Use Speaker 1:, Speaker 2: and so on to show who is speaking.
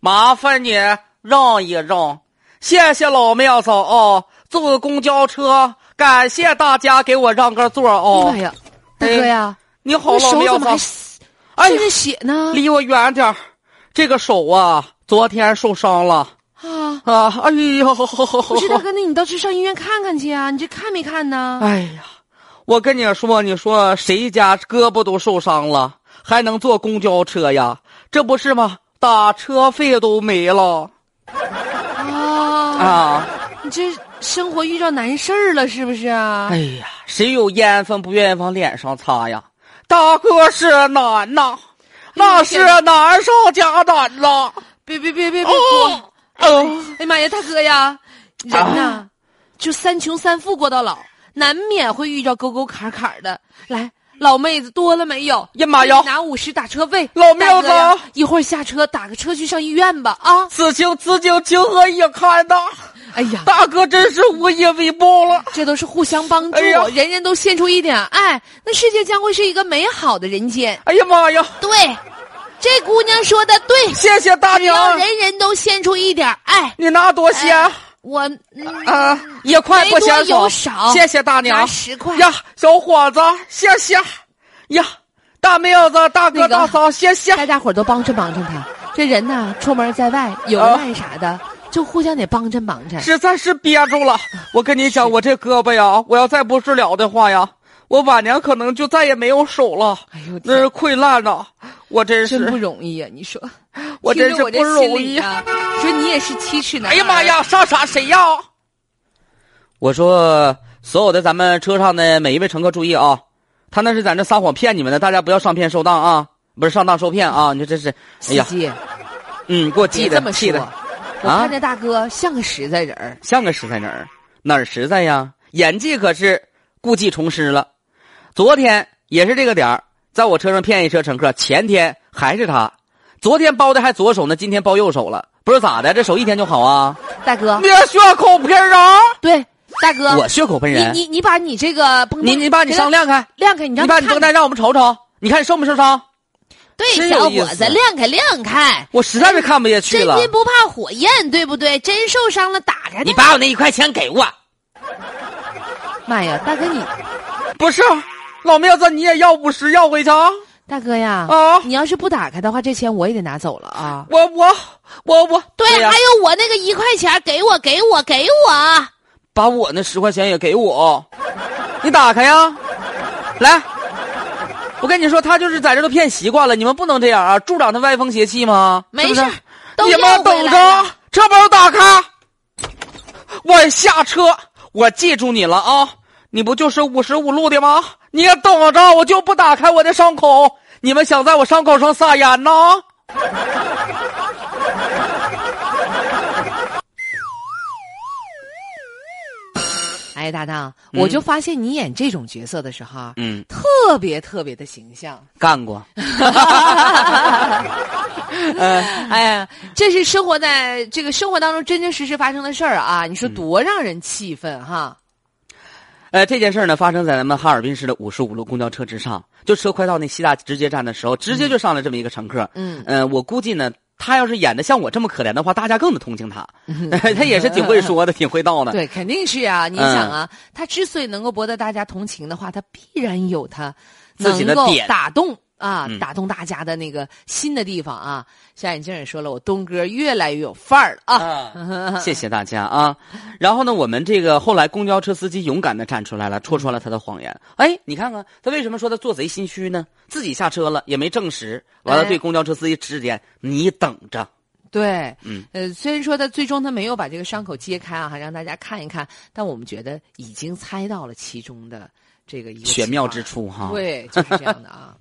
Speaker 1: 麻烦你让一让，谢谢老妹子哦。坐公交车，感谢大家给我让个座
Speaker 2: 哎呀
Speaker 1: 哦
Speaker 2: 妈。呀，大哥呀，
Speaker 1: 你好，
Speaker 2: 那
Speaker 1: 老
Speaker 2: 手
Speaker 1: 妹
Speaker 2: 怎么还
Speaker 1: 子，
Speaker 2: 渗
Speaker 1: 哎呀
Speaker 2: 着血呢？
Speaker 1: 离我远点儿这个手啊，昨天受伤了
Speaker 2: 啊，
Speaker 1: 啊！哎呦，不
Speaker 2: 不是大哥，那你倒是上医院看看去啊！你这看没看呢？
Speaker 1: 哎呀，我跟你说，你说谁家胳膊都受伤了，还能坐公交车呀？这不是吗？打车费都没了
Speaker 2: 啊，
Speaker 1: 啊！
Speaker 2: 你这生活遇到难事儿了是不是啊？
Speaker 1: 哎呀，谁有烟分不愿意往脸上擦呀？大哥是难呐，那是难上加难呐！
Speaker 2: 别别别别别
Speaker 1: 哦
Speaker 2: 哭！
Speaker 1: 哦，
Speaker 2: 哎呀妈呀，大哥呀，人呐，就三穷三富过到老，难免会遇到沟沟坎坎的。来，老妹子多了没有？
Speaker 1: 呀妈呀
Speaker 2: 拿五十打车费，
Speaker 1: 老妹子
Speaker 2: 大哥呀，一会儿下车打个车去上医院吧啊！
Speaker 1: 此情此景，情何以堪呐！
Speaker 2: 哎呀，
Speaker 1: 大哥真是无以为报了。
Speaker 2: 这都是互相帮助，
Speaker 1: 哎呀
Speaker 2: 人人都献出一点爱，那世界将会是一个美好的人间。
Speaker 1: 哎呀妈呀！
Speaker 2: 对，这姑娘说的对，
Speaker 1: 谢谢大
Speaker 2: 只
Speaker 1: 娘，
Speaker 2: 要人人都献出一点爱，
Speaker 1: 你拿多些。
Speaker 2: 哎我嗯
Speaker 1: 啊，一块不嫌
Speaker 2: 没多有少
Speaker 1: 谢谢大
Speaker 2: 拿
Speaker 1: 娘
Speaker 2: 十块。
Speaker 1: 呀，小伙子，谢谢呀，大妹子、大哥、
Speaker 2: 那个
Speaker 1: 大嫂，谢谢。
Speaker 2: 大家伙儿都帮衬帮衬他。这人呐，出门在外有
Speaker 1: 啊
Speaker 2: 难啥的，就互相得帮衬帮衬。
Speaker 1: 实在是憋住了，我跟你讲，我这胳膊呀，我要再不治疗的话呀，我晚年可能就再也没有手了，
Speaker 2: 哎呦，
Speaker 1: 那
Speaker 2: 天
Speaker 1: 是溃烂呐！我真
Speaker 2: 真不
Speaker 1: 是，
Speaker 2: 容易呀、啊你说，
Speaker 1: 我真是
Speaker 2: 听着
Speaker 1: 不
Speaker 2: 这心
Speaker 1: 容
Speaker 2: 里
Speaker 1: 易。
Speaker 2: 啊。说你也是七尺男。
Speaker 1: 哎呀妈！呀，上啥谁呀？我说，所有的咱们车上的每一位乘客注意啊，他那是在那撒谎骗你们的，大家不要上骗受当啊，不是上当受骗啊！你说这是，哎
Speaker 2: 司
Speaker 1: 呀，
Speaker 2: 机，
Speaker 1: 嗯，给我气
Speaker 2: 别
Speaker 1: 的
Speaker 2: 这么
Speaker 1: 气
Speaker 2: 说
Speaker 1: 的，。
Speaker 2: 我
Speaker 1: 啊
Speaker 2: 看这大哥像个实在人儿。
Speaker 1: 像个实在人儿，哪儿实在呀？演技可是故技重施了。昨天也是这个点儿，在我车上骗一车乘客，前天还是他，昨天包的还左手呢，今天包右手了，不是咋的？这手一天就好啊？
Speaker 2: 大哥，
Speaker 1: 你血口喷人啊？
Speaker 2: 对，大哥，
Speaker 1: 我血口喷
Speaker 2: 你
Speaker 1: 人。
Speaker 2: 你你把你这个绷带，
Speaker 1: 你你把你
Speaker 2: 给他
Speaker 1: 伤亮开，
Speaker 2: 亮开，你让
Speaker 1: 你把
Speaker 2: 他
Speaker 1: 你
Speaker 2: 看
Speaker 1: 绷带让我们瞅瞅，你看你受没受伤？
Speaker 3: 对，
Speaker 1: 真
Speaker 3: 小
Speaker 1: 有意
Speaker 3: 伙
Speaker 1: 思
Speaker 3: 子，亮开亮开，
Speaker 1: 我实在是看不下去
Speaker 3: 真
Speaker 1: 了。
Speaker 3: 金不怕火焰，对不对？真受伤了打着
Speaker 1: 你
Speaker 3: 呢。
Speaker 1: 把我那一块钱给我。
Speaker 2: 妈呀，大哥你，
Speaker 1: 不是，啊老妹子，你也要五十要回家
Speaker 2: 大哥呀，
Speaker 1: 啊？
Speaker 2: 你要是不打开的话，这钱我也得拿走了啊。
Speaker 1: 我我我我，
Speaker 3: 对，
Speaker 1: 呀
Speaker 3: 还有我那个一块钱，给我，给我，给我！
Speaker 1: 把我那十块钱也给我，你打开呀，来。我跟你说，他就是在这都骗习惯了，你们不能这样啊！助长他歪风邪气吗？
Speaker 3: 没事
Speaker 1: 是不
Speaker 3: 儿
Speaker 1: 是
Speaker 3: 都
Speaker 1: 你们
Speaker 3: 要回
Speaker 1: 等
Speaker 3: 来了
Speaker 1: 着，车门打开。我下车，我记住你了啊！你不就是五十五路的吗？你也等着，我就不打开我的伤口。你们想在我伤口上撒盐呢？
Speaker 2: 哎，搭档，
Speaker 1: 嗯
Speaker 2: 我就发现你演这种角色的时候啊，
Speaker 1: 嗯，
Speaker 2: 特别特别的形象。
Speaker 1: 干过。
Speaker 2: 哎呀，这是生活在这个生活当中真真实实发生的事儿啊！你说
Speaker 1: 嗯
Speaker 2: 多让人气愤哈！
Speaker 1: 呃，这件事儿呢，发生在咱们哈尔滨市的五十五路公交车之上，就车快到那西大直接站的时候，直接就上来这么一个乘客。
Speaker 2: 嗯，
Speaker 1: 嗯、我估计呢，他要是演的像我这么可怜的话，大家更得同情他。
Speaker 2: 嗯
Speaker 1: 他也是挺会说 的，挺会道的。
Speaker 2: 对，肯定是啊。你想啊，
Speaker 1: 嗯
Speaker 2: 他之所以能够博得大家同情的话，他必然有他
Speaker 1: 自己的
Speaker 2: 能够
Speaker 1: 点
Speaker 2: 打动啊，
Speaker 1: 嗯
Speaker 2: 打动大家的那个新的地方啊。小眼镜也说了，我东哥越来越有范儿了啊！
Speaker 1: 啊，谢谢大家啊！然后呢，我们这个后来公交车司机勇敢的站出来了，戳穿了他的谎言。哎，你看看他为什么说他做贼心虚呢？自己下车了也没证实，完了
Speaker 2: 哎
Speaker 1: 对公交车司机指点，你等着。
Speaker 2: 对，
Speaker 1: 嗯，
Speaker 2: 呃，虽然说他最终他没有把这个伤口揭开啊，让大家看一看，但我们觉得已经猜到了其中的这个一个
Speaker 1: 玄妙
Speaker 2: 情
Speaker 1: 之处哈。
Speaker 2: 况，对，就是这样的啊。